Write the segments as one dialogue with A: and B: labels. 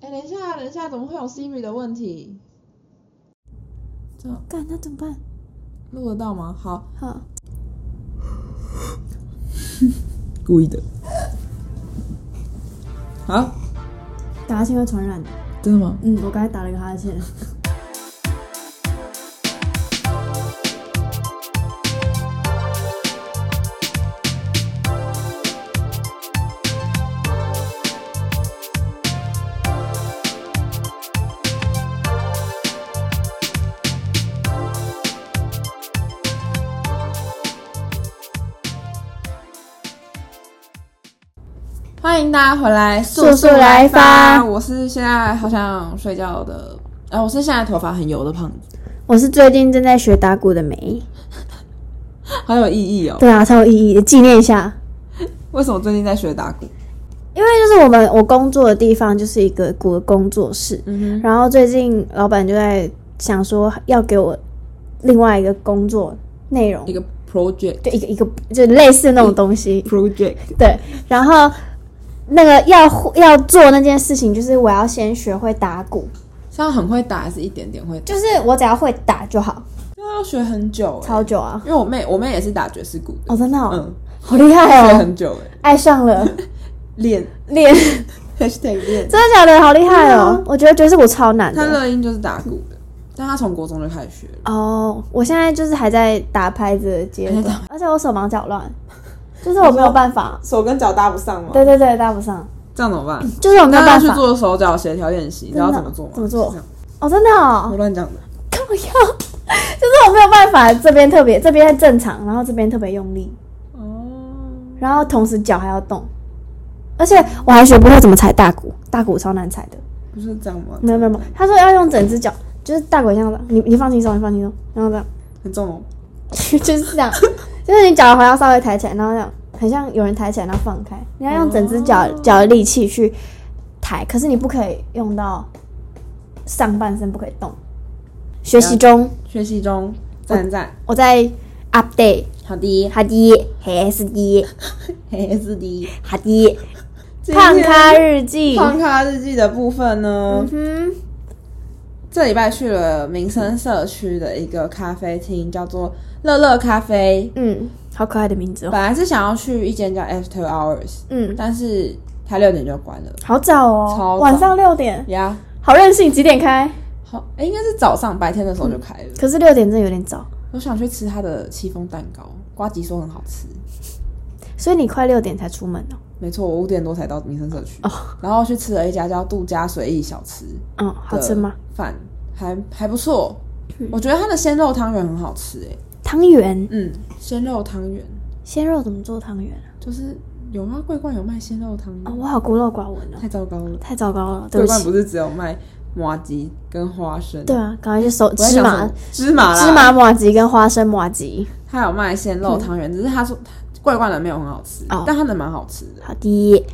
A: 哎、等一下，等一下，怎么会有 Siri 的问题？这样
B: 干，那怎么办？
A: 录得到吗？好，
B: 好，
A: 故意的。好，
B: 打哈欠会传染的。
A: 真的吗？
B: 嗯，我刚才打了一个哈欠。
A: 欢迎大家回来，
B: 速速来发
A: 我是现在好想睡觉的，啊，我是现在头发很油的胖子，
B: 我是最近正在学打鼓的梅。
A: 好有意义哦。
B: 对啊，超有意义的，纪念一下。
A: 为什么最近在学打鼓？
B: 因为就是我们我工作的地方就是一个鼓的工作室，
A: 嗯
B: 然后最近老板就在想说要给我另外一个工作内容
A: 哼，一，个 project
B: 就一个一个就类似那种东西。
A: project，
B: 对，然后那个要要做那件事情，就是我要先学会打鼓，
A: 像很会打，还是一点点会打？
B: 就是我只要会打就好，
A: 那要学很久、欸，
B: 超久啊！
A: 因为我妹，我妹也是打爵士鼓的，
B: 哦，真的、哦，
A: 嗯，
B: 好厉害
A: 学
B: 哦，
A: 很久哎、
B: 爱上了
A: 练
B: 练，
A: hashtag 练，
B: 真的假的？好厉害
A: 啊
B: 哦！我觉得爵士鼓超难
A: 她
B: 的。
A: 乐音就是打鼓的，但她从国中就开始学了。
B: 哦，我现在就是还在打拍子的阶
A: 还在
B: 段，而且我手忙脚乱，就是我没有办法，
A: 手跟脚搭不上吗
B: 对对对，搭不上，
A: 这样怎么办？
B: 就是我没有
A: 那要
B: 办
A: 去
B: 法。
A: 做手脚协调练习，你知道怎么做吗？
B: 真的怎么做
A: 是这样？
B: 哦，真的
A: 我
B: 哦，
A: 乱讲的。
B: 跟我要， 就是我没有办法，这边特别，这边正常，然后这边特别用力。
A: 哦，
B: 然后同时脚还要动，而且我还学不会怎么踩大鼓，大鼓超难踩的。
A: 不是这样吗？
B: 没有没有没有，他说要用整只脚，就是大鼓这样子，你你放轻松，你放轻松，然后这样，
A: 很重哦。
B: 就是这样，就是你脚踝要稍微抬起来，然后这样，很像有人抬起来然后放开，你要用整只脚
A: 哦
B: 脚的力气去抬，可是你不可以用到上半身不可以动。学习中，
A: 学习中，赞赞，
B: 我在 update
A: 好的，
B: 哈迪 HD
A: 嘿嘿，是的。
B: 哈迪
A: 今天
B: 胖咖日记，
A: 胖咖日记的部分呢，
B: 嗯哼。
A: 这礼拜去了民生社区的一个咖啡厅，叫做乐乐咖啡。
B: 嗯，好可爱的名字哦。
A: 本来是想要去一间叫 After Hours，
B: 嗯，
A: 但是它六点就关了
B: 好早哦，
A: 超早
B: 晚上六点，
A: 呀。
B: 好任性。几点开？
A: 好，哎，应该是早上白天的时候就开了。
B: 可是六点真的有点早，
A: 我想去吃它的戚风蛋糕，瓜吉说很好吃。
B: 所以你快六点才出门哦。
A: 没错，我五点多才到民生社区
B: 哦
A: 然后去吃了一家叫杜家随意小吃，
B: 嗯，好吃吗？？
A: 饭还还不错，我觉得它的鲜肉汤圆很好吃诶、
B: 汤圆，
A: 嗯，鲜肉汤圆
B: 鲜肉怎么做汤圆啊？
A: 就是有啊，桂冠有卖鲜肉汤圆、
B: 哦，我好孤陋寡闻哦，
A: 太糟糕了。
B: 太糟糕了，对
A: 桂
B: 不
A: 冠不
B: 起。
A: 是只有卖麻吉跟花生，
B: 对啊，赶快去搜
A: 我在
B: 芝
A: 想
B: 麻
A: 什么、芝麻啦
B: 芝麻麻吉跟花生麻吉。
A: 它有卖鲜肉汤圆，只是他说桂冠的没有很好吃，
B: 哦
A: 但它的蛮好吃的。
B: 好的，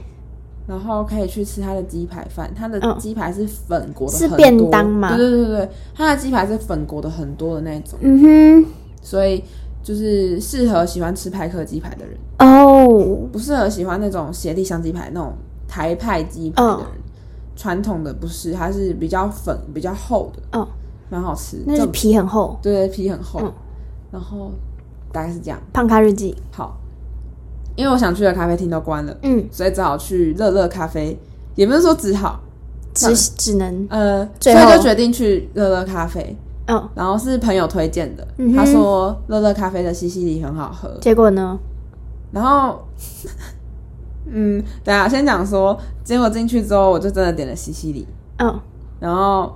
A: 然后可以去吃它的鸡排饭，它的
B: 嗯
A: 鸡排是粉裹的
B: 是
A: 很多，
B: 便当吗
A: 对对对对对，它的鸡排是粉裹的很多的那种，
B: 嗯
A: 所以就是适合喜欢吃派克鸡排的人，
B: 哼，哦，
A: 不适合喜欢那种斜地香鸡排那种台派鸡排的人。
B: 嗯
A: 传统的不是，它是比较粉、比较厚的，
B: 哦，
A: 蛮好吃。
B: 那是
A: 就
B: 皮很厚。
A: 对对，皮很厚，
B: 嗯
A: 然后大概是这样。
B: 胖咖日记，
A: 好，因为我想去的咖啡厅都关了，
B: 嗯，
A: 所以只好去乐乐咖啡，也不是说只好，
B: 只只能，
A: 呃，所
B: 最
A: 以
B: 后
A: 就决定去乐乐咖啡，
B: 嗯，
A: 然后是朋友推荐的，
B: 嗯哼
A: 他说乐乐咖啡的西西里很好喝，
B: 结果呢？
A: 然后， 嗯，等一下先讲说，结果进去之后我就真的点了西西里，
B: 嗯，
A: 然后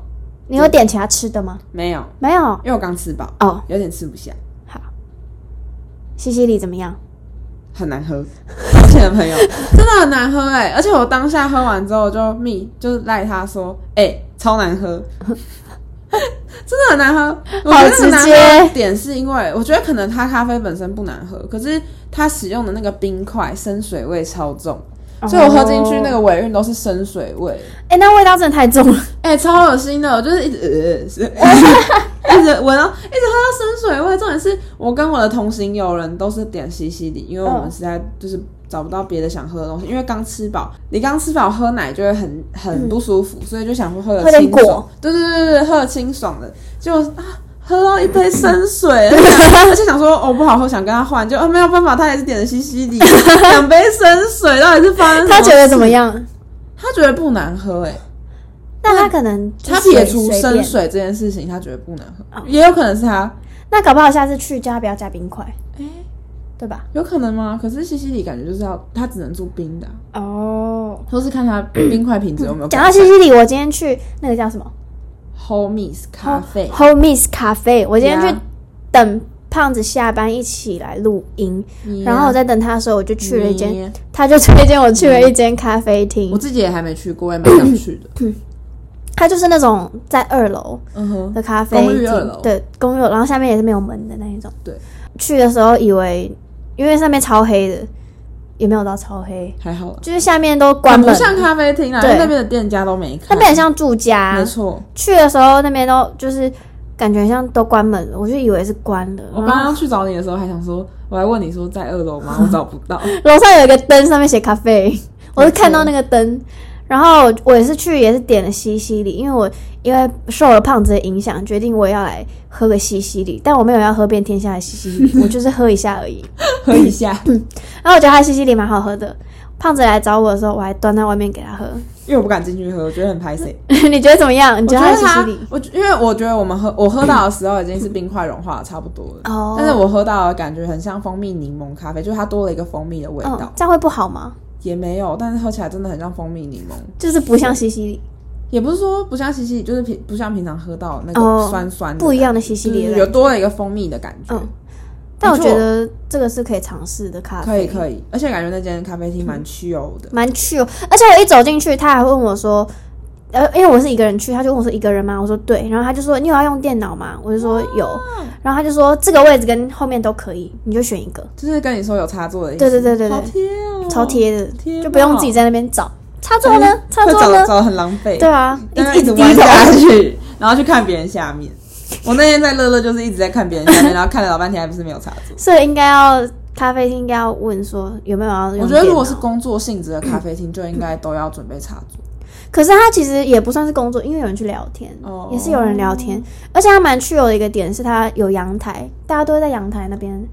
B: 你有点其他吃的吗？
A: 没有，
B: 没有。
A: 因为我刚吃饱，
B: 哦，
A: 有点吃不下，
B: 好，西西里怎么样？
A: 很难喝， 抱歉的朋友，真的很难喝哎、而且我当下喝完之后就密就是赖他说，哎、超难喝， 真的很难喝。我觉得很难喝
B: 好直
A: 的
B: 接
A: 点是因为我觉得可能它咖啡本身不难喝，可是它使用的那个冰块生水味超重，所以我喝进去那个
B: 哦，
A: 尾韵都是生水味，
B: 哎、那味道真的太重 了，
A: 哎、超恶心的，我就是一直呃是 一直闻到一直喝到生水味。重点是我跟我的同行友人都是点西西里，因为我们
B: 嗯
A: 是在就是找不到别的想喝的东西，因为刚吃饱，你刚吃饱喝奶就会很很不舒服，所以就想说喝
B: 嗯喝
A: 个
B: 点
A: 清爽
B: 果，
A: 对对对对对，喝个清爽的，结果啊。喝到一 杯生水，而且而且想说哦不好喝，想跟他换，就啊没有办法，他也是点的西西里，两杯生水，到底是发生什么
B: 他觉得
A: 事
B: 怎么？样？
A: 他觉得不难喝、欸，哎，
B: 但他可能就
A: 他
B: 随
A: 撇除
B: 随
A: 生
B: 便
A: 水这件事情，他觉得不难
B: 哦
A: 喝，也有可能是他，
B: 那搞不好下次去叫他不要加冰块，
A: 哎、
B: 对吧？
A: 有可能吗？可是西西里感觉就是要他只能做冰的啊、
B: 哦，
A: 都是看 他冰块品质有没有改
B: 讲
A: 善。
B: 到西西里，我今天去那个叫什么
A: Homies 咖啡，
B: Homies 咖啡，哦我今天去
A: Yeah
B: 等胖子下班一起来录音，
A: 你
B: 然后我
A: 再
B: 在等他的时候，我就去了一间，他就推荐我去了一间咖啡厅
A: 嗯我，自己也还没去过，我也蛮想去的。
B: 它就是那种在二楼
A: 嗯哼，
B: 的咖啡
A: 公寓
B: 厅
A: 二楼
B: 对，公寓二楼，然后下面也是没有门的那一种。
A: 对，
B: 去的时候以为，因为上面超黑的，也没有到超黑，
A: 还好啦，
B: 就是下面都关
A: 很
B: 门
A: 不，像咖啡厅啊，因
B: 对
A: 为那边的店家都没开。
B: 那边很啊像住家，
A: 没错，
B: 去的时候那边都就是感觉像都关门了，我就以为是关了。
A: 我刚
B: 然后
A: 刚去找你的时候还想说，我还问你说在二楼吗？我找不 到。
B: 楼上有一个灯，上面写 咖啡，我就看到那个灯。然后我也是去，也是点了西西里，因为我因为受了胖子的影响，决定我也要来喝个西西里，但我没有要喝遍天下的西 西里，我就是喝一下而已。
A: 喝一下，
B: 然后我觉得他的西西里蛮好喝的，胖子来找我的时候，我还端在外面给他喝。
A: 因为我不敢进去喝，我觉得很排斥。
B: 你觉得怎么样？你
A: 我觉
B: 觉得
A: 得
B: 他的西西
A: 它
B: 里？，
A: 我因为我觉得我们喝我喝到的时候已经是冰块融化的差不多了，
B: 哦
A: 但是我喝到的感觉很像蜂蜜柠檬咖啡，就是它多了一个蜂蜜的味道
B: 嗯，，这样会不好吗？
A: 也没有，但是喝起来真的很像蜂蜜柠檬。
B: 就是不像西西里
A: 也不是说不像西西里，就是平不像平常喝到那
B: 哦
A: 个酸酸的、
B: 不一样的西西里的
A: 就
B: 感
A: 是
B: 觉
A: 有多了一个蜂蜜的感觉。
B: 嗯但我
A: 没
B: 觉
A: 错
B: 得这个是可以尝试的咖
A: 可以
B: 啡，嗯以，
A: 可以，而且感觉那间咖啡厅蛮 chill 的。
B: 蛮趣哦。而且我一走进去，他还问我说，呃，因为我是一个人去，他就问我说一个人吗？我说对，然后他就说你有要用电脑吗？我就说有，然后他就说这个位置跟后面都可以，你就选一个，
A: 就是跟你说有插座的意思，
B: 对对对对对
A: 好贴哦、
B: 超贴的，
A: 贴爆，
B: 就不用自己在那边找插座呢，插
A: 会
B: 座
A: 找
B: 呢，
A: 找得很浪费，
B: 对，啊，
A: 但
B: 一
A: 是一啊直
B: 直
A: 弯
B: 低头。
A: 下去，然后去看别人下面。我那天在乐乐就是一直在看别人 下面，然后看了老半天还不是没有插座。
B: 所以应该要咖啡厅应该要问说有没有要用
A: 我觉得如果
B: 电
A: 是
B: 脑
A: 工作性质的咖啡厅，就应该都要准备插座。
B: 可是他其实也不算是工作，因为有人去聊天，
A: 哦
B: 也是有人聊天，而且他蛮趣有的一个点是他有阳台，大家都会在阳台那边，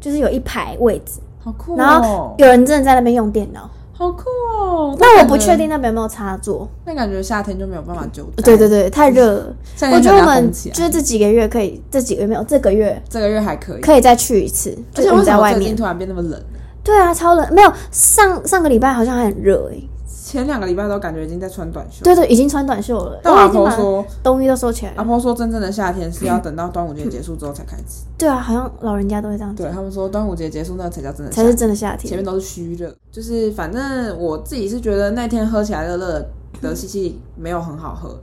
B: 就是有一排位置，
A: 好酷
B: 然后
A: 哦，
B: 有人真的在那边用电脑。
A: 好酷哦！
B: 那我
A: 感
B: 不
A: 觉
B: 确定那边有没有插座，
A: 那感觉夏天就没有办法久待。
B: 对对对，太热了。
A: 夏
B: 我
A: 天
B: 觉
A: 可
B: 得
A: 能要
B: 我
A: 啊
B: 们
A: 封起来。
B: 就是这几个月可以，这几个月没有，这个月
A: 这个月还可以，
B: 可以再去一次，
A: 而且
B: 就是
A: 为
B: 我们
A: 什
B: 在
A: 么
B: 外
A: 最近
B: 面。
A: 突然变那么冷？
B: 对啊，超冷，没有上上个礼拜好像还很热诶、
A: 前两个礼拜都感觉已经在穿短袖。
B: 对对，已经穿短袖了，
A: 但我
B: 我
A: 阿
B: 已经
A: 婆
B: 把
A: 说，
B: 冬衣都收起来了。
A: 阿婆说真正的夏天是要等到端午节结束之后才开 始。
B: 对啊，好像老人家都会这样子，
A: 对他们说，端午节结束那才叫真的夏
B: 才是
A: 天，
B: 真的夏天。
A: 前面都是虚热。就是反正我自己是觉得那天喝起来热热的西西里没有很好喝，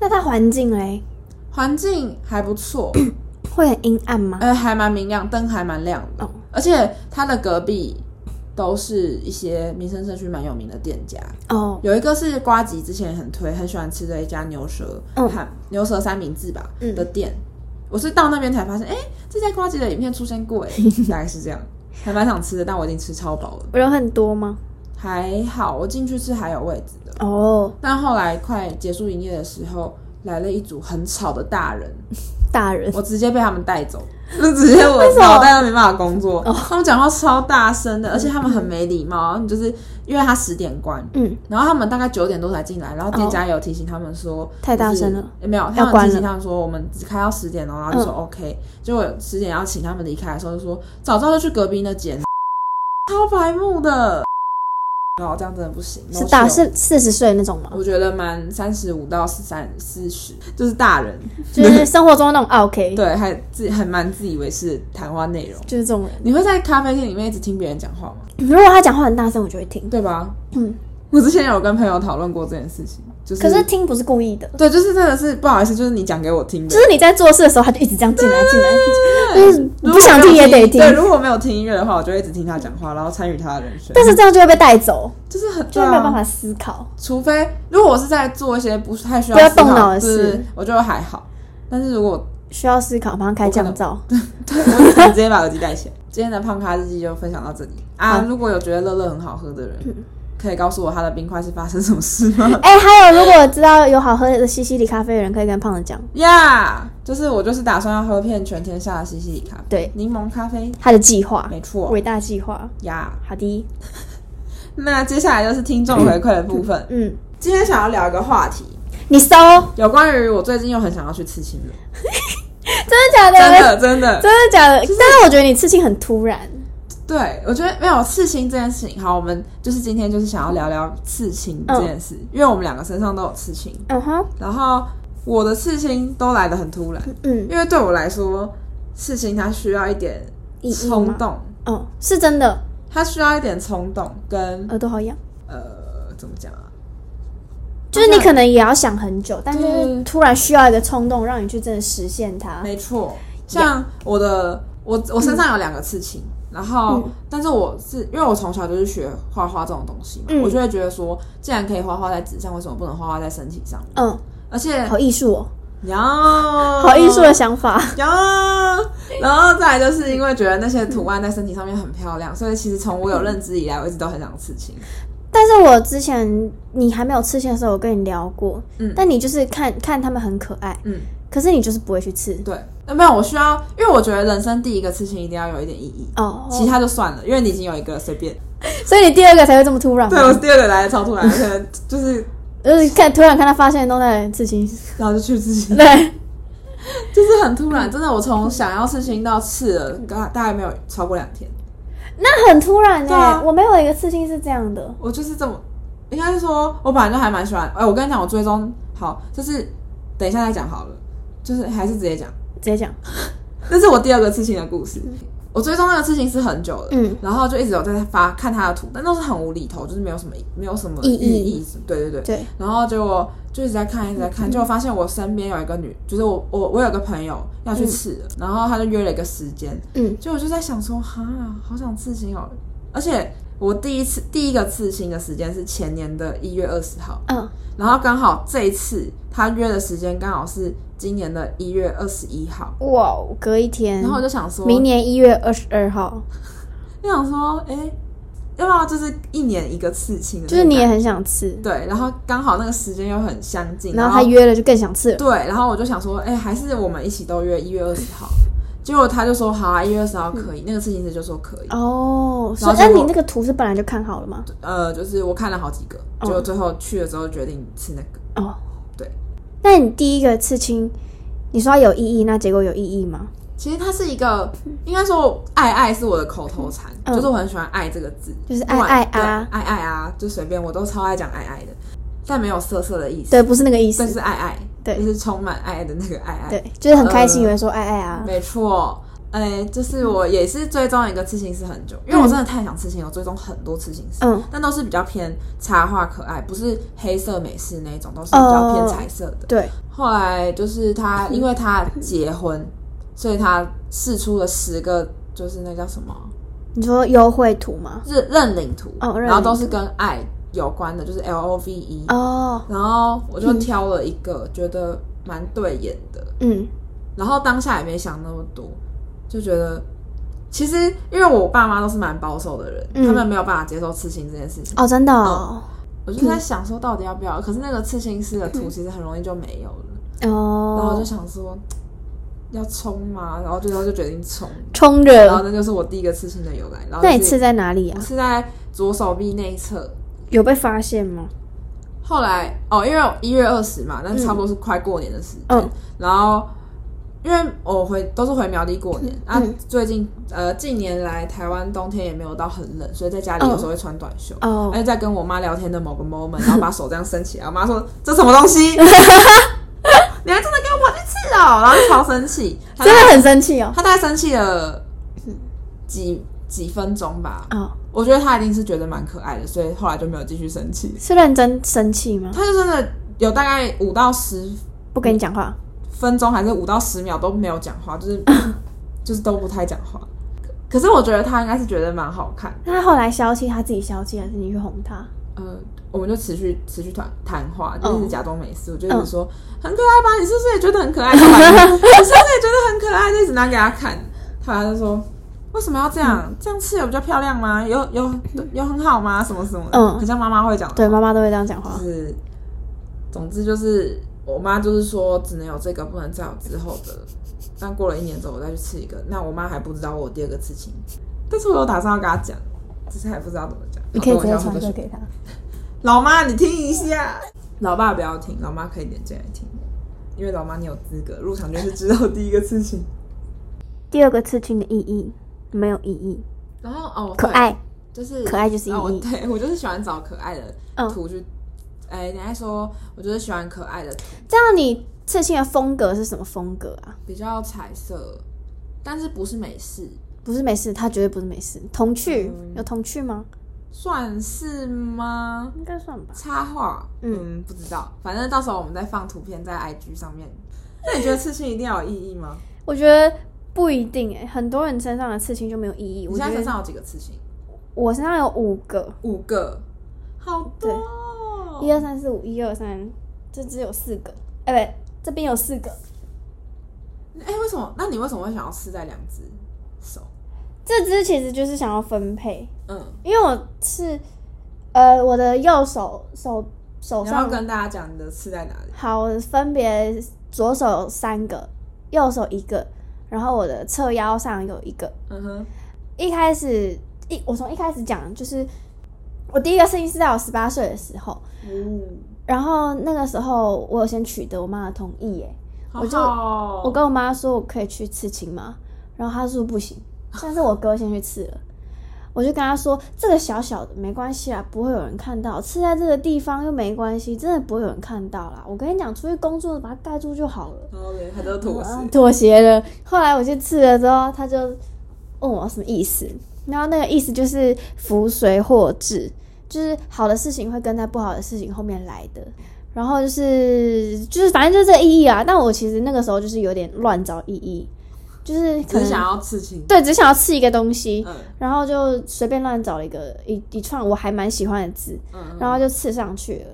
B: 那它环境嘞，
A: 环境还不错，
B: 会很阴暗吗？
A: 呃，还蛮明亮，灯还蛮亮的，
B: 哦
A: 而且它的隔壁都是一些民生社区蛮有名的店家，
B: 哦，
A: 有一个是瓜吉之前很推很喜欢吃的一家牛舌
B: 嗯
A: 汉、牛舌三明治吧、
B: 嗯
A: 的店，我是到那边才发现，哎、这家瓜吉的影片出现过、哎， 大概是这样，还蛮想吃的，但我已经吃超饱了，
B: 人很多吗？
A: 还好我进去是还有位置的，
B: 哦，
A: 但后来快结束营业的时候，来了一组很吵的大人，
B: 大人
A: 我直接被他们带 走，就直接我
B: 嗯为什么哦
A: 脑袋都没办法工作。他们讲话超大声的，而且他们很没礼貌。然后你就是因为他十点关，
B: 嗯，哦
A: 然后他们大概九点多才进来，然后店家有提醒他们说、
B: 太大声了，
A: 也没有，
B: 要
A: 他
B: 关
A: 们
B: 了嗯
A: 提醒他们说我们只开到十点哦，然后就说 OK、结果十点要请他们离开的时候，就说早知道就去隔壁那间，超白目的。然后这样真的不行，
B: 嗯是大
A: no show 嗯
B: 是四十岁那种吗？
A: 我觉得蛮三十五到四三四十，就是大人
B: 就是生活中那种啊 OK，
A: 对，还自还蛮自以为是的谈话内容。
B: 就是这种人。
A: 你会在咖啡厅里面一直听别人讲话吗？
B: 如果他讲话很大声，我就会听。
A: 对吧？
B: 嗯，
A: 我之前有跟朋友讨论过这件事情，就是
B: 可是听不是故意的，
A: 对，就是真的是不好意思，就是你讲给我听的
B: 就。是你在做事的时候，他就一直这样进来进来，就是
A: 如
B: 你
A: 果
B: 不想听也
A: 没有
B: 得听。
A: 对，如果没有听音乐的话，我就会一直听他讲话，然后参与他的人生。
B: 但是这样就会被带走，
A: 就是很
B: 就没有办，
A: 对啊
B: 法思考。
A: 除非如果我是在做一些不太需要
B: 不要
A: 思考
B: 动脑的
A: 对
B: 事，
A: 我就还好。但是如果
B: 需要思考，马上开
A: 我可
B: 降
A: 能
B: 噪。
A: 对，我可能直接把耳机戴起来。今天的胖咖日记就分享到这里啊！如果有觉得乐乐很好喝的人，
B: 嗯
A: 可以告诉我他的冰块是发生什么事 吗？
B: 哎、还有如果知道有好喝的西西里咖啡的人，可以跟胖子讲
A: 呀就是我就是打算要喝遍全天下的西西里咖啡，
B: 对
A: 柠檬咖啡，
B: 他的计划，
A: 没错
B: 伟大计划。
A: 呀。
B: 好的，
A: 那接下来就是听众回馈的部分，
B: 嗯，
A: 今天想要聊一个话题，
B: 你哦搜，真
A: 有关于我最近又很想要去刺青 了，
B: 的假的？
A: 真的真 的，
B: 真的假的？但是我觉得你刺青很突然，
A: 对我觉得没有刺青这件事情，好，我们就是今天就是想要聊聊刺青这件事，因为我们两个身上都有刺青，
B: 嗯哼，
A: 然后我的刺青都来得很突然，
B: 嗯，
A: 因为对我来说，刺青它需要一点
B: 意义吗
A: 冲动，
B: 哦，是真的，
A: 它需要一点冲动跟
B: 耳朵好痒，
A: 呃怎么讲啊？
B: 就是你可能也要想很久，但是
A: 对
B: 突然需要一个冲动，让你去真的实现它。
A: 没错，像我的我我身上有两个刺青，然后、
B: 嗯
A: 但是我是因为我从小就是学画画这种东西嘛，
B: 嗯
A: 我就会觉得说，既然可以画画在纸上，为什么不能画画在身体上？
B: 嗯，
A: 而且
B: 好艺术哦，
A: 然后
B: 好艺术的想法。
A: 然后，啊然后再来就是因为觉得那些图案在身体上面很漂亮，所以其实从我有认知以来，我一直都很想刺青。
B: 但是我之前你还没有刺青的时候，我跟你聊过，
A: 嗯
B: 但你就是看看他们很可爱，
A: 嗯，
B: 可是你就是不会去刺，
A: 对，那没有，我需要，因为我觉得人生第一个刺青一定要有一点意义，
B: 哦，
A: 其他就算了，因为你已经有一个了随便。
B: 所以你第二个才会这么突然
A: 对，我
B: 吗，
A: 是第二个来的超突然，可能就是
B: 就是看突然看他发现都在刺青，
A: 然后就去刺青，
B: 对，
A: 就是很突然，真的，我从想要刺青到刺了，大大概没有超过两天，
B: 那很突然
A: 对
B: 哎、
A: 啊
B: 我没有一个刺青是这样的，
A: 我就是这么，应该是说，我本来就还蛮喜欢，哎，我跟你讲，我追踪好，就是等一下再讲好了，就是还是直接讲。
B: 直接讲，
A: 这是我第二个刺青的故事。我追踪那个刺青是很久了，
B: 嗯
A: 然后就一直有在发看他的图，但都是很无厘头，就是没有什么没有什么
B: 意
A: 意
B: 义
A: 义。对对对。
B: 对，
A: 然后结果就一直在看，一直在看，结果发现我身边有一个女，就是我我我有个朋友要去刺了，然后他就约了一个时间，
B: 嗯，
A: 结果我就在想说，哈，好想刺青哦，而且我第一次第一个刺青的时间是前年的一月二十号，
B: 嗯，
A: 然后刚好这一次他约的时间刚好是今年的一月二十一号，
B: 哇哦，隔一天，
A: 然后我就想说，
B: 明年一月二十二号，
A: 就想说，哎、要不要就是一年一个刺青的那种感觉？
B: 就是你也很想刺，
A: 对，然后刚好那个时间又很相近，
B: 然
A: 然
B: 后他约了就更想刺了，
A: 对，然后我就想说，哎、还是我们一起都约一月二十号。结果他就说好啊，一月二十号可以。那个刺青师就说可以，
B: 哦，
A: 然
B: 所
A: 后
B: 以那
A: 结果
B: 你那个图是本来就看好了吗？
A: 呃，就是我看了好几个，结果最后去了之后决定吃那个。
B: 哦，
A: 对。
B: 那你第一个刺青，你说它有意义，那结果有意义吗？
A: 其实它是一个，应该说“爱爱”是我的口头禅，
B: 嗯
A: 就是我很喜欢“爱”这个字，
B: 就是
A: 不管
B: 爱爱啊
A: 对爱爱啊，就随便我都超爱讲“爱爱”的，但没有色色的意思。
B: 对，不是那个意
A: 但
B: 思。
A: 是爱爱，
B: 对
A: 就是充满爱的那个爱爱，
B: 对，就是很开心，
A: 呃
B: 有人说爱爱啊，
A: 没错。哎，就是我也是追踪一个刺青师很久，因为我真的太想刺青，我追踪很多刺青师，
B: 嗯
A: 但都是比较偏插画可爱，不是黑色美式那种，都是比较偏彩色的。
B: 哦对，
A: 后来就是他，因为他结婚，所以他试出了十个，就是那叫什么
B: 你说优惠图吗？
A: 认认领图，
B: 哦认领图
A: 然后都是跟爱有关的，就是 L O V E，、
B: 哦，
A: 然后我就挑了一个觉得蛮对眼的，
B: 嗯
A: 然后当下也没想那么多，就觉得其实因为我爸妈都是蛮保守的人，
B: 嗯
A: 他们没有办法接受刺青这件事情，
B: 哦，真的哦，
A: 我就在想说到底要不要，可是那个刺青师的图其实很容易就没有了，嗯然后我就
B: 哦，
A: 想说要冲嘛，然后最后就决定冲，
B: 冲
A: 然后
B: 着。
A: 那就是我第一个刺青的由来。然后
B: 嗯那你
A: 哦就是
B: 刺在哪里
A: 我
B: 啊？
A: 刺在左手臂内侧。
B: 有被发现吗？
A: 后来哦，因为一月二十嘛，那差不多是快过年的时间。
B: 嗯
A: 然后因为我回都是回苗栗过年，那、
B: 嗯
A: 最近呃近年来台湾冬天也没有到很冷，所以在家里
B: 嗯
A: 有时候会穿短袖。
B: 哦
A: 而，且在跟我妈聊天的某个 moment，然后把手这样伸起来，我妈说这什么 东西？你还真的跟我去吃哦？然后就超生气，她
B: 真的很生气哦。
A: 他大概生气了几几分钟吧，
B: 哦，
A: 我觉得他一定是觉得蛮可爱的，所以后来就没有继续生气。
B: 是认真生气吗？
A: 他就真的有大概五到十
B: 不跟你讲话。
A: 分钟，还是五到十秒都没有讲话，就是就是都不太讲话。可是我觉得他应该是觉得蛮好看，
B: 那他后来消气，他自己消气，还是你去哄他？
A: 呃，我们就持续持续谈谈话，就
B: 嗯
A: 一直假装没事。我就一直说、很可爱吧，你是不 是也觉得很可爱？你是不是也觉得很可爱？就一直拿给他看，后来他就说为什么要这样？这样吃有比较漂亮吗？有有有很好吗？什么什么的，
B: 嗯
A: 很像妈妈会讲的
B: 对，妈妈都会这样讲
A: 就
B: 话。
A: 是，总之就是我妈就是说只能有这个，不能再有之后的。但过了一年之后，我再去吃一个，那我妈还不知道我有第二个刺青，但是我有打算要跟她讲，只是还不知道怎么讲。
B: 你可以
A: 好
B: 直
A: 哦等
B: 接
A: 我一下
B: 传
A: 喝
B: 歌
A: 水
B: 给他。
A: 老妈，你听一下。老爸不要听，老妈可以点进来听，因为老妈你有资格入场就是知道第一个刺青。
B: 第二个刺青的意义没有意义，
A: 然后哦，
B: 可
A: 对
B: 爱
A: 就是
B: 可爱就是意义
A: 哦，我对我就是喜欢找可爱的
B: 嗯
A: 图去。哎、人家说我就是喜欢可爱的，
B: 这样你刺青的风格是什么风格啊？
A: 比较彩色，但是不是美式，
B: 不是美式，他绝对不是美式。童趣、
A: 嗯
B: 有童趣吗？
A: 算是吗？
B: 应该算吧。
A: 插画，
B: 嗯
A: 嗯不知道，反正到时候我们再放图片在 IG 上面。那你觉得刺青一定要有意义吗？
B: 我觉得不一定哎、很多人身上的刺青就没有意义。
A: 你
B: 我
A: 现
B: 觉
A: 在身
B: 得
A: 上有几个刺青？
B: 我身上有五个，
A: 五个，好多哦、
B: 一二三四五，一二三，这只有四个，哎、不对，这边有四个。
A: 哎、为什么？那你为什么会想要刺在两只手？
B: 这只其实就是想要分配，
A: 嗯，
B: 因为我是呃我的右手手手
A: 你要
B: 上
A: 不要跟大家讲你的刺在哪里？
B: 好，我分别左手有三个，右手一个，然后我的侧腰上有一个。
A: 嗯哼，
B: 一开始一我从一开始讲，就是我第一个事情是在我十八岁的时候，
A: 哦，
B: 然后那个时候我有先取得我妈的同意耶，
A: 好
B: 我就
A: 好哦
B: 我跟我妈说我可以去刺青吗？然后她说不行，但是我哥先去刺了。我就跟她说，这个小小的没关系啊，不会有人看到，刺在这个地方又没关系，真的不会有人看到啦。我跟你讲，出去工作把它盖住就好了。
A: 然后嘞，他都妥
B: 啊
A: 协，
B: 妥协了。后来我去刺了之后，他就问我什么意思，然后那个意思就是福随祸至，就是好的事情会跟在不好的事情后面来的。然后就是就是反正就是这个意义啊。但我其实那个时候就是有点乱找意义，就是哎可
A: 只
B: 能
A: 是想要刺青。
B: 对，只想要刺一个东西，
A: 嗯
B: 然后就随便乱找了一个一一串我还蛮喜欢的字，
A: 嗯，
B: 然后就刺上去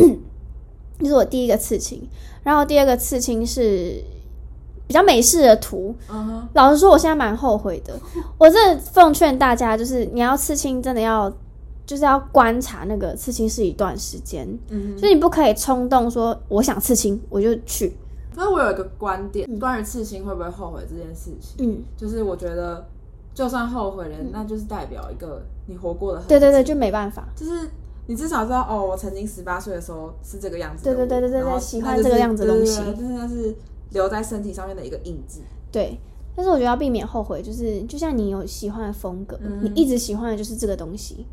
B: 了。 这是我第一个刺青，然后第二个刺青是比较美式的图。
A: 嗯哼，
B: 老实说，我现在蛮后悔 的。我真的奉劝大家，就是你要刺青，真的要就是要观察那个刺青是一段时间，
A: 嗯
B: 就
A: 哼。
B: 是你不可以冲动说我想刺青我就去。
A: 可是我有一个观点，关于刺青会不会后悔这件事情，
B: 嗯，
A: 就是我觉得，就算后悔了，那就是代表一个你活过的，
B: 对对对，就没办法。
A: 就是你至少知道哦，我曾经十八岁的时候是这个样子的我，
B: 对对对对对
A: 然后
B: 对喜欢
A: 那就是
B: 这个样子的东西
A: 对对对对但是那是留在身体上面的一个印记。
B: 对，但是我觉得要避免后悔，就是就像你有喜欢的风格，
A: 嗯
B: 你一直喜欢的就是这个东西。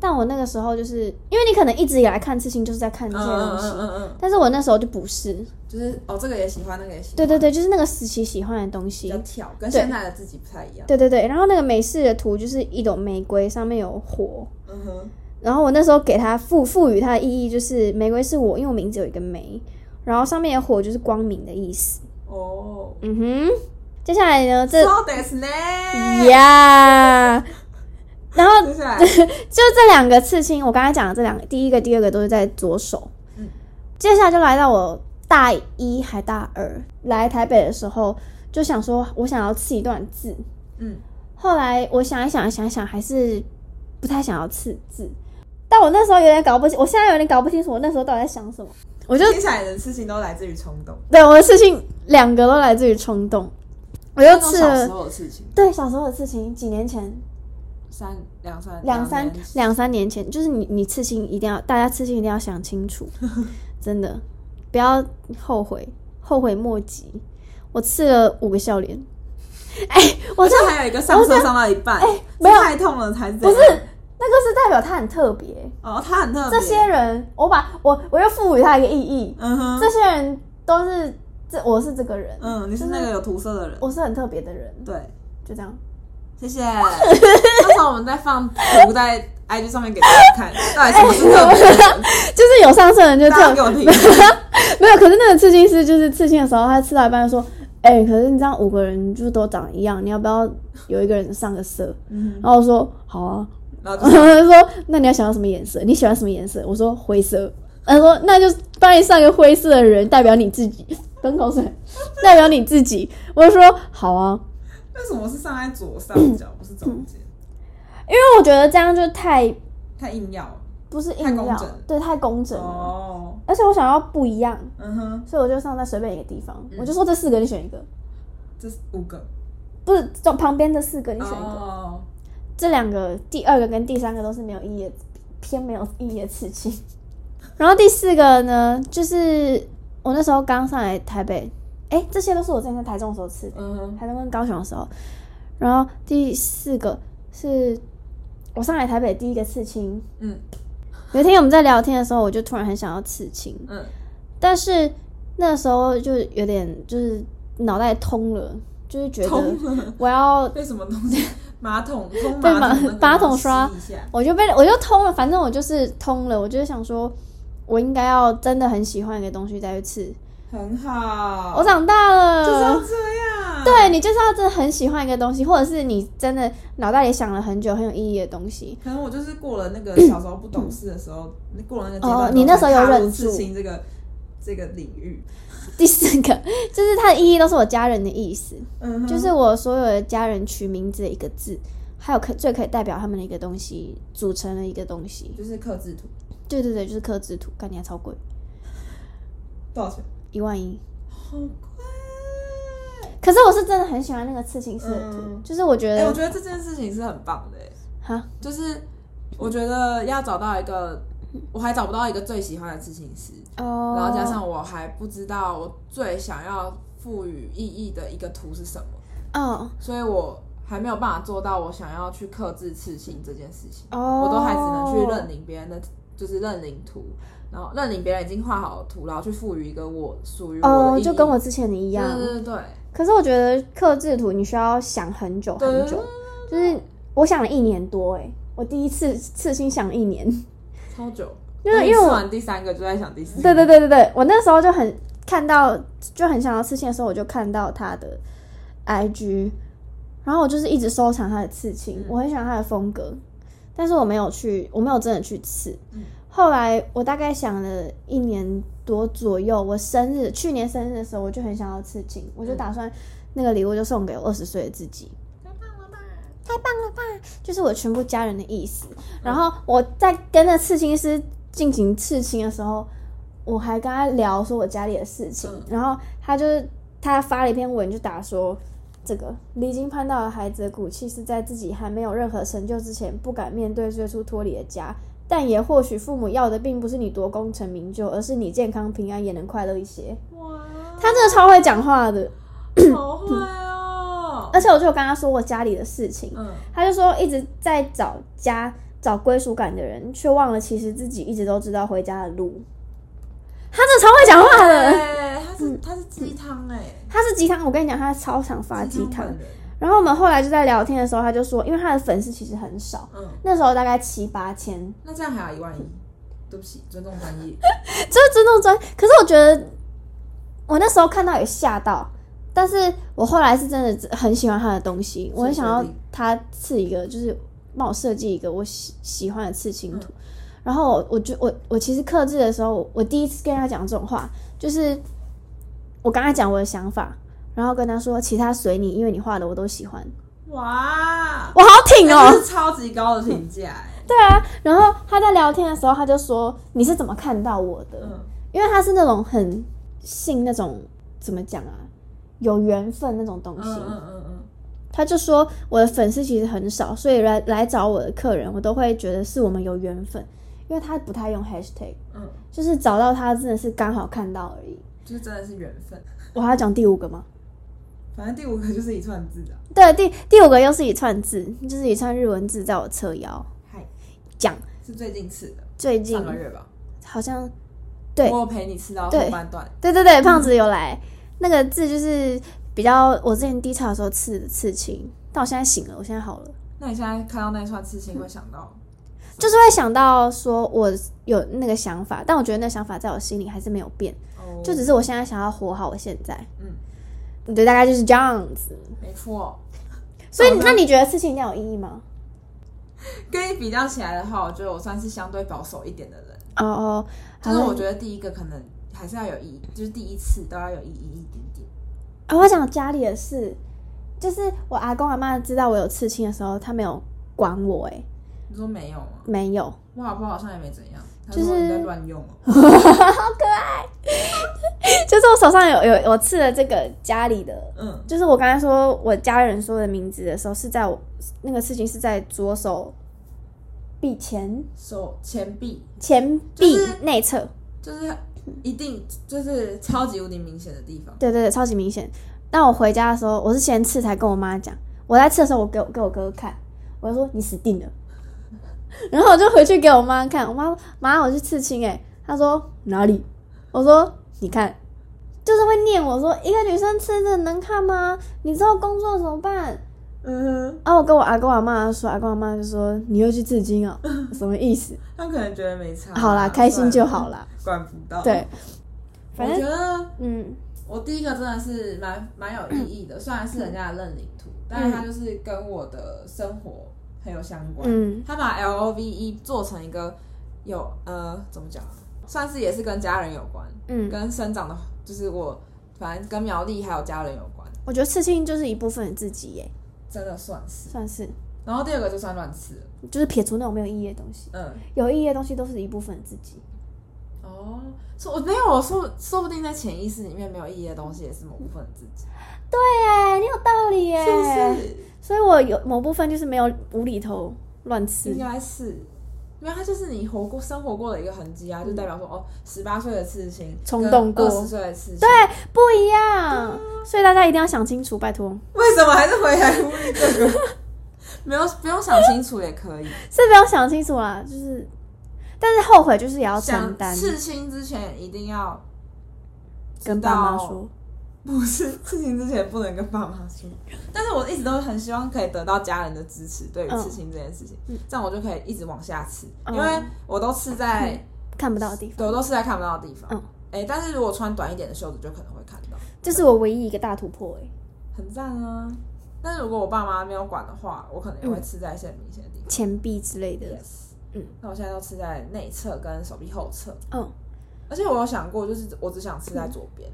B: 但我那个时候就是因为你可能一直以来看刺青就是在看这
A: 嗯
B: 些
A: 嗯
B: 东
A: 嗯
B: 西，
A: 嗯嗯，
B: 但是我那时候就不是，
A: 就是哦，这个也喜欢，那个也喜欢，
B: 对对，对，就是那个时期喜欢的东
A: 比
B: 西
A: 较，跳，跟现在的自己不太一样。
B: 对对对。然后那个美式的图就是一朵玫瑰，上面有火。
A: 嗯哼，
B: 然后我那时候给它赋赋予它的意义就是玫瑰是我，因为我名字有一个梅，然后上面有火就是光明的意思。
A: 哦，
B: 嗯哼，接下来呢，这
A: そうですね。
B: 呀然后
A: 接下来，
B: 就这两个刺青，我刚才讲的这两个，第一个、第二个都是在左手。
A: 嗯
B: 接下来就来到我大一还大二来台北的时候，就想说我想要刺一段字。
A: 嗯，
B: 后来我想一想，想一想，还是不太想要刺字。但我那时候有点搞不清，我现在有点搞不清楚我那时候到底在想什么。我就
A: 接下来的事情都来自于冲动，
B: 对我的刺青两个都来自于冲动，我就
A: 那种
B: 刺
A: 小时
B: 了。
A: 候的事情，
B: 对小时候的刺青，几年前
A: 三两三
B: 两三
A: 年
B: 两三年前，就是你你刺青一定要，大家刺青一定要想 清楚，真的不要后悔，后悔莫及。我刺了五个 笑脸，哎、我
A: 而
B: 这
A: 且还有一个上色上到一半，哎，
B: 没有
A: 太痛了才不
B: 不是那个是代表他很特别，
A: 哦，他很特别，
B: 这些人我把我我又赋予他一个意义，
A: 嗯哼，
B: 这些人都是这我是这个人，
A: 嗯，你是那个有涂色的人，
B: 我是很特别的人，
A: 对，
B: 就这样。
A: 嗯谢 谢。到时候我们再放图在 IG 上面给大家看，到底什么是特别的人，
B: 就是有上色的人就
A: 大家
B: 特
A: 给我 听。
B: 没有，可是那个刺青师就是刺青的时候，他刺到一半就说：“哎、可是你这样五个人就都长一样，你要不要有一个人上个色？”
A: 嗯，
B: 然后我说：“好啊。”
A: 然后就
B: 然后他就说：“那你要想要什么颜色？你喜欢什么颜色？”我说：“灰色。”他说：“那就帮你上个灰色的 人，代表你自己。”喷口水，代表你自己。我就说：“好啊。”
A: 为什么是上在左上角，不是中间？
B: 因为我觉得这样就太
A: 太硬要了
B: 不是
A: 太
B: 硬
A: 工
B: 要
A: 整，
B: 对，太工整了。
A: 哦，
B: 而且我想要不一样，
A: 嗯哼，
B: 所以我就上在随便一个地方，
A: 嗯
B: 我就说这四个你选一个，
A: 这是五个，
B: 不是这旁边的四个你选一个，
A: 哦，
B: 这两个第二个跟第三个都是没有意义的，偏没有意义的刺青。 然后第四个呢，就是我那时候刚上来台北，哎，这些都是我之前在台中的时候吃的，
A: 嗯哼，
B: 台中跟高雄的时候。然后第四个是我上来台北第一个刺青。
A: 嗯
B: 有一天我们在聊天的时候，我就突然很想要刺青，
A: 嗯
B: 但是那时候就有点就是脑袋通了，就是觉得
A: 通了，
B: 我要
A: 被什么东 西？马桶通
B: 被马
A: 马桶那个
B: 马桶刷
A: 吸一下，
B: 我就被我就通了，反正我就是通了，我就是想说，我应该要真的很喜欢一个东西再去吃。
A: 很好，
B: 我长大了，
A: 哦就是要这样，
B: 对你就是要真的很喜欢一个东西，或者是你真的脑袋里想了很久很有意义的东西。
A: 可能我就是过了那个小时候不懂事的时候，过了那个阶
B: 嗯哦
A: 段，
B: 你那时候有
A: 踏入
B: 忍
A: 刺
B: 住
A: 青这个这个领域，
B: 第四个就是它的意义都是我家人的意思，
A: 嗯哼，
B: 就是我所有的家人取名字的一个字，还有可最可以代表他们的一个东西组成了一个东西。
A: 就是刻制图，
B: 对对对，就是刻字图，干你还超贵，
A: 多少钱？
B: 一万一。
A: 好贵！
B: 可是我是真的很喜欢那个刺青师的图，
A: 嗯
B: 就是我觉
A: 哎、
B: 得
A: 我觉得这件事情是很棒的、欸，
B: 哈。
A: 就是我觉得要找到一个，我还找不到一个最喜欢的刺青师，
B: 哦，
A: 然后加上我还不知道我最想要赋予意义的一个图是什么，
B: 哦
A: 所以我还没有办法做到我想要去克制刺青这件事情，
B: 哦，
A: 我都还只能去认领别人的，就是认领图，然后认领别人已经画好的图，然后去赋予一个我属于我的
B: 哦
A: 意，义，
B: 就跟我之前的一
A: 一
B: 样。
A: 对对对
B: 可是我觉得刻制图你需要想很久
A: 对
B: 很久，就是我想了一年多哎、我第一次刺青想了一年。
A: 超久，
B: 因为
A: 那你
B: 因为
A: 试
B: 我
A: 完第三个就在想第四个，
B: 对对对对对，我那时候就很看到就很想要刺青的时候，我就看到他的 IG，然后我就是一直收藏他的刺青，
A: 嗯
B: 我很喜欢他的风格，但是我没有去，我没有真的去刺。
A: 嗯
B: 后来我大概想了一年多左右，我生日去年生日的时候，我就很想要刺青，我就打算那个礼物就送给我二十岁的自己。
A: 嗯太棒了吧！
B: 就是我全部家人的意思。
A: 嗯
B: 然后我在跟那刺青师进行刺青的时候，我还跟他聊说我家里的事情，
A: 嗯
B: 然后他就是他发了一篇文，就打说。这个离经叛道的孩子的骨气是在自己还没有任何成就之前，不敢面对最初脱离的家，但也或许父母要的并不是你多功成名就，而是你健康平安也能快乐一些。
A: 哇，
B: 他真的超会讲话的，
A: 好会哦！
B: 而且我就有跟他说我家里的事情，
A: 嗯，
B: 他就说一直在找家、找归属感的人，却忘了其实自己一直都知道回家的路。他真的超会讲话的，嗯
A: 对，他是他是鸡汤哎，
B: 他是鸡汤，我跟你讲，他超常发嗯鸡
A: 本。
B: 汤
A: 人，
B: 然后我们后来就在聊天的时候，他就说，因为他的粉丝其实很少，
A: 嗯，
B: 那时候大概七八千，
A: 那这样还要一万一，对不起，尊重专业，
B: 就是尊重专。可是我觉得我那时候看到也吓到，但是我后来是真的很喜欢他的东西，我很想要他刺一个，就是帮我设计一个我喜喜欢的刺青图。然后我我就我我其实克制的时候，我我第一次跟他讲这种话，就是我跟他讲我的想法，然后跟他说其他随你，因为你画的我都喜欢。
A: 哇，
B: 我好挺哦、
A: 这是超级高的评价哎，
B: 对啊。 然后他在聊天的时候，他就说你是怎么看到我的？
A: 嗯，
B: 因为他是那种很信那种怎么讲啊，有缘分那种东
A: 嗯
B: 西。
A: 嗯嗯嗯，
B: 他就说我的粉丝其实很少，所以来来找我的客人，我都会觉得是我们有缘分，因为他不太用 hashtag，
A: 嗯，
B: 就是找到他真的是刚好看到而已。
A: 就是真的是缘分，
B: 我还要讲第五个吗？
A: 反正第五个就是一串字啊，
B: 对，第第五个又是一串字，就是一串日文字在我侧腰
A: 嗨，
B: 讲。
A: 是最近刺的，
B: 最近
A: 上个月吧，
B: 好像
A: 我
B: 对
A: 有陪你吃到
B: 对
A: 后半段，
B: 对对对，胖子有来，那个字就是比较我之前低潮的时候刺的刺青，但我现在醒了，我现在好了。
A: 那你现在看到那一串刺青会哦想到，
B: 就是会想到说我有那个想法，但我觉得那想法在我心里还是没有变，
A: 哦，
B: 嗯就只是我现在想要活好我现在。
A: 嗯，
B: 对，大概就是这样子。
A: 没错。
B: 所以，那你觉得刺青一定要有意义吗？
A: 跟你比较起来的话，我觉得我算是相对保守一点的人，
B: 哦哦，
A: 就
B: 好
A: 是
B: 像
A: 我觉得第一个可能
B: 哦
A: 还是要有意义，就是第一次都要有意义一点点。
B: 啊我想家里的事，就是我阿公阿妈知道我有刺青的时候，他没有管我、哎，
A: 你说没有吗？
B: 没有，
A: 我老婆好像也没怎样，她
B: 就是
A: 说你在乱用哦。
B: 就是我手上有有我刺了这个家里的，
A: 嗯，
B: 就是我刚才说我家人说的名字的时候，是在我那个刺青是在左手臂前
A: 手前臂
B: 前臂内侧，
A: 就是一定就是超级无敌明显的地方。
B: 对对对，超级明显。但我回家的时候，我是先刺才跟我妈讲，我在刺的时候，我给我给我哥看，我就说你死定了。 然后我就回去给我妈看，我妈说妈我去刺青哎、欸，她说哪里？我说你看，就是会念我说一个女生刺这能看吗？你之后工作怎么办？
A: 嗯
B: 啊，我跟我阿公阿妈说，阿公阿妈就说你又去刺青 啊、什么意思？
A: 哼，她可能觉得没差。
B: 好啦，开心就好啦。
A: 算了，管不到。，
B: 对，
A: 嗯我
B: 反
A: 觉
B: 正
A: 得
B: 嗯
A: 我第一个真的是蛮蛮有意义的，虽然是人家的认领图，但是它就是跟我的生活很有相关。
B: 嗯
A: 他把 L O V E 做成一个有呃怎么讲啊，算是也是跟家人有关，
B: 嗯，
A: 跟生长的，就是我反正跟苗栗还有家人有关，
B: 我觉得刺青就是一部分的自己耶、
A: 真的算是。
B: 算是。
A: 然后第二个就算乱吃了，
B: 就是撇除那种没有意义的东西，
A: 嗯，
B: 有意义的东西都是一部分的自己。
A: 哦，说我没有，我说说不定在潜意识里面没有意义的东西也是某部分的自己，
B: 对耶，哎你有道理耶。
A: 是不是？
B: 所以我有某部分就是没有无厘头乱吃
A: 应。该是。没有，它就是你活过、生活过的一个痕迹啊，就代表说，哦，十八岁的刺青，
B: 冲动过
A: 二十岁的刺青，
B: 对，不一
A: 啊
B: 样。所以大家一定要想清楚，拜托，
A: 为什么还是回来呼吁这个？ 没有，不用想清楚也可以。
B: 是不用想清楚啦，就是，但是后悔就是也要承
A: 想
B: 担，
A: 刺青之前一定要知
B: 跟爸妈
A: 道
B: 说，
A: 不是刺青之前不能跟爸妈说，但是我一直都很希望可以得到家人的支持，对于
B: 嗯
A: 刺青这件事情，
B: 嗯
A: 这样我就可以一直往下刺，
B: 嗯
A: 因为我都刺在，
B: 看不到的地方，
A: 对，我都刺在看不到的地方。
B: 嗯
A: 哎、但是如果穿短一点的袖子，就可能会看到，
B: 这是我唯一一个大突破哎、
A: 很赞啊。但是如果我爸妈没有管的话，我可能也会刺在一些明显的地方。
B: 钱币之类的，
A: yes，
B: 嗯
A: 那我现在都刺在内侧跟手臂后侧，
B: 嗯，
A: 而且我有想过，就是我只想刺在左边。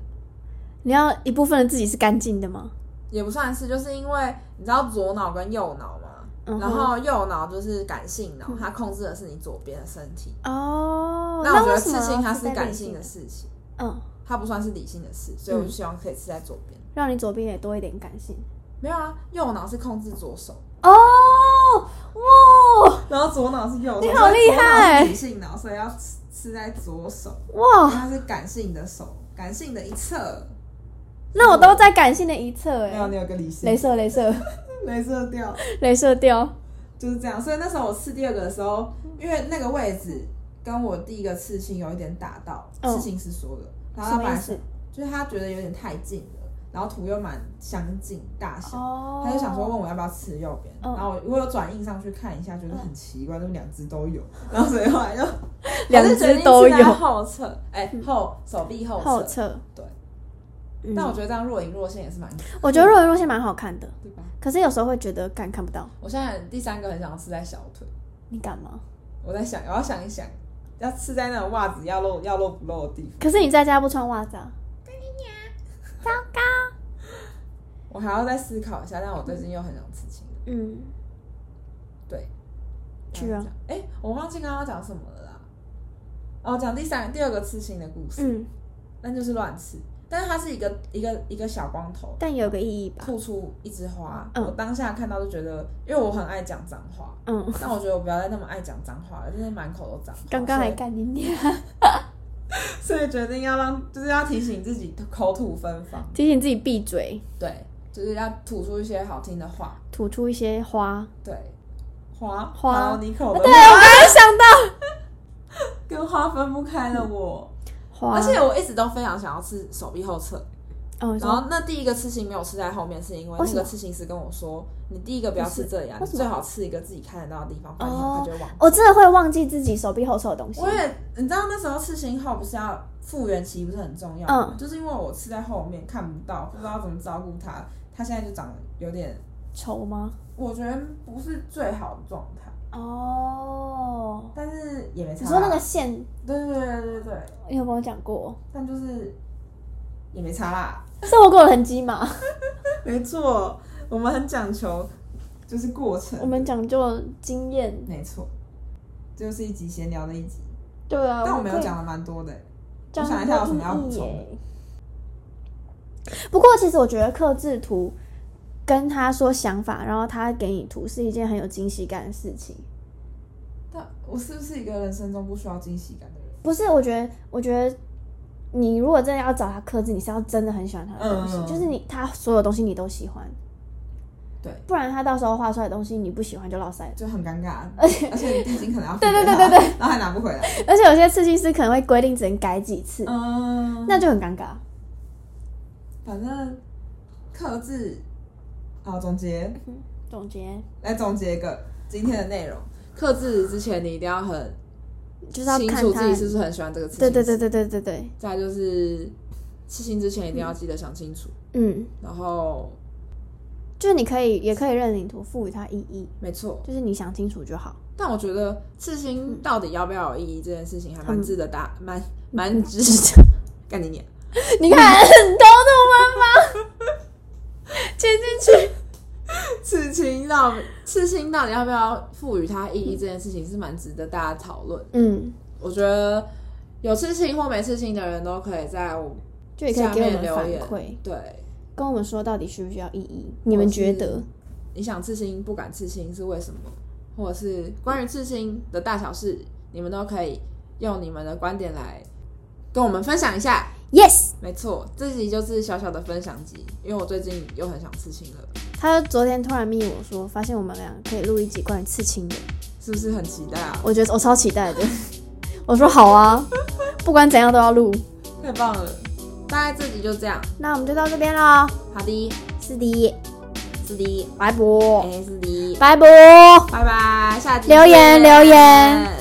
B: 你要一部分的自己是干净的吗？
A: 也不算是，就是因为你知道左脑跟右脑嘛，
B: 嗯哼嗯
A: 然后右脑就是感性脑，它控制的是你左边的身体。
B: 哦，
A: 那我觉
B: 为
A: 得
B: 什么
A: 刺青它
B: 是
A: 是
B: 在
A: 感
B: 理
A: 性
B: 性
A: 的，事情，
B: 嗯，
A: 它不算是理性的事，所以我就希望可以刺在左边。
B: 让你左边也多一点感性。
A: 没有啊，右脑是控制左手，
B: 哦，哇
A: 然后左脑是右手。
B: 你好厉害
A: 所以左脑是
B: 哦
A: 理性脑，所以要刺刺在左手，因为
B: 哇，
A: 它是感性的手，感性的一侧。
B: 那我都在感性的一侧
A: 没有，
B: 哎，
A: 你有个理
B: 镭
A: 性，
B: 射镭射
A: 镭射掉。
B: 镭射掉，
A: 就是这样。所以那时候我刺第二个的时候，因为那个位置跟我第一个刺青有一点打到，
B: 嗯
A: 刺青师说的，然后他
B: 什么
A: 本
B: 意
A: 来
B: 思
A: 是？就是他觉得有点太近了，然后图又蛮相近大小。
B: 哦
A: 他就想说问我要不要刺右边，
B: 嗯
A: 然后我我有转印上去看一下，觉得很奇怪，怎么两只都有？然后所以后来就
B: 两
A: 还是决定
B: 只都
A: 刺在
B: 有
A: 后侧，哎、后手臂后侧。
B: 后侧，
A: 对
B: 嗯。
A: 但我觉得这样若隐若现也是蛮，
B: 我觉得若隐若现蛮好看的，
A: 对吧？
B: 可是有时候会觉得干看不到，
A: 我现在第三个很想要刺在小腿。
B: 你干嘛？
A: 我在想，我要想一想，要刺在那种袜子要露要露不露的地方，
B: 可是你在家不穿袜子啊？糟糕。
A: 我还要再思考一下。但我最近又很想刺青，
B: 嗯，
A: 对，
B: 去啊
A: 哎、诶我忘记刚刚讲什么了啦。哦，讲第三第二个刺青的故事，
B: 嗯，
A: 那就是乱刺，但是它是一个一个一个小光头
B: 但有个意义吧？
A: 吐出一枝花，
B: 嗯
A: 我当下看到就觉得，因为我很爱讲脏话。
B: 嗯，
A: 但我觉得我不要再那么爱讲脏话了，真的满口都脏话。
B: 刚刚还
A: 所以
B: 干你娘，
A: 所以决定要让，就是要提醒自己口吐芬芳，
B: 提醒自己闭嘴，
A: 对，就是要吐出一些好听的话。
B: 吐出一些花。
A: 对，花
B: 花啊
A: 还有你口的
B: 对，我刚刚想到
A: 跟花分不开了我。
B: 花，
A: 而且我一直都非常想要吃手臂后侧，
B: 哦，你
A: 然
B: 说
A: 后那第一个刺青没有刺在后面，是因为
B: 为
A: 那
B: 什么
A: 个刺青师跟我说，你第一个不要刺这里啊，你
B: 为什么
A: 最好刺一个自己看得到的地方，反正它
B: 哦
A: 就往。
B: 我真的会忘记自己手臂后侧的东西
A: 我。也，你知道那时候刺青后不是要复原期不是很重要
B: 嗯
A: 吗？就是因为我刺在后面看不到，不知道怎么照顾它，它现在就长得有点，
B: 丑吗？
A: 我觉得不是最好的状态，
B: 哦，
A: 但是也没差啊。
B: 你说那个线，
A: 对？对对对对对。
B: 你有跟我讲过，
A: 但就是也没差啦，
B: 生活过得很鸡嘛。
A: 没错。我们很讲求就是过程，
B: 我们讲究经验，
A: 没错，这就是一集闲聊的一集，
B: 对啊，
A: 但我们
B: 们可
A: 有
B: 以
A: 讲了蛮多的欸。
B: 讲
A: 我想
B: 很
A: 一下有什
B: 多
A: 么要补
B: 意义
A: 充
B: 耶。不过，其实我觉得刻制图跟他说想法，然后他给你图是一件很有惊喜感的事情。
A: 但我是不是一个人生中不需要惊喜感的人？
B: 不是，我觉得，我觉得你如果真的要找他刻制，你是要真的很喜欢他的东西，
A: 嗯
B: 就是你他所有东西你都喜欢，
A: 对，
B: 不然他到时候画出来的东西你不喜欢就落塞了。
A: 就很尴尬，而且而且你定金可能要
B: 对对
A: 付给
B: 对
A: 他
B: 对，
A: 然后还拿不回来，
B: 而且有些刺青师可能会规定只能改几次，
A: 嗯，
B: 那就很尴尬。
A: 反正克制，好总结，
B: 总结
A: 来总结一个今天的内容。克制之前，你一定要很
B: 就是要
A: 清
B: 看
A: 楚
B: 他
A: 自，己是不是很喜欢这个刺青。
B: 对对对。对对对对，
A: 再来就是刺青之前一定要记得想清楚，
B: 嗯，
A: 然后
B: 就是你可以也可以认领图赋予它意义，
A: 没错。
B: 就是你想清楚就好。
A: 但我觉得刺青到底要不要有意义这件事情，还蛮值得大蛮蛮值得 干你念。
B: 你看，很头痛吗？切进去，
A: 刺青到刺青到底要不要赋予它意义这件事情，是蛮值得大家讨论。
B: 嗯，
A: 我觉得有刺青或没刺青的人都可以在我
B: 就也可以给我
A: 下面留
B: 们
A: 言
B: 反馈，
A: 对
B: 跟我们说到底需不需要意义？你们觉得？
A: 你想刺青不敢刺青是为什么，或者是关于刺青的大小事，你们都可以用你们的观点来跟我们分享一下。
B: Yes，
A: 没错，这集就是小小的分享集，因为我最近又很想刺青了，
B: 他昨天突然密我说，发现我们俩可以录一集关于刺青的，
A: 是不是很期待啊？
B: 我觉得我超期待的。 我说好啊，不管怎样都要录。
A: 太棒了！大概这集就这样，
B: 那我们就到这边啦，
A: 好的，
B: 是的，
A: 是的，
B: 拜拜，
A: 哎，是的，
B: 拜拜。
A: 拜拜，下集
B: 留
A: 见
B: 言留言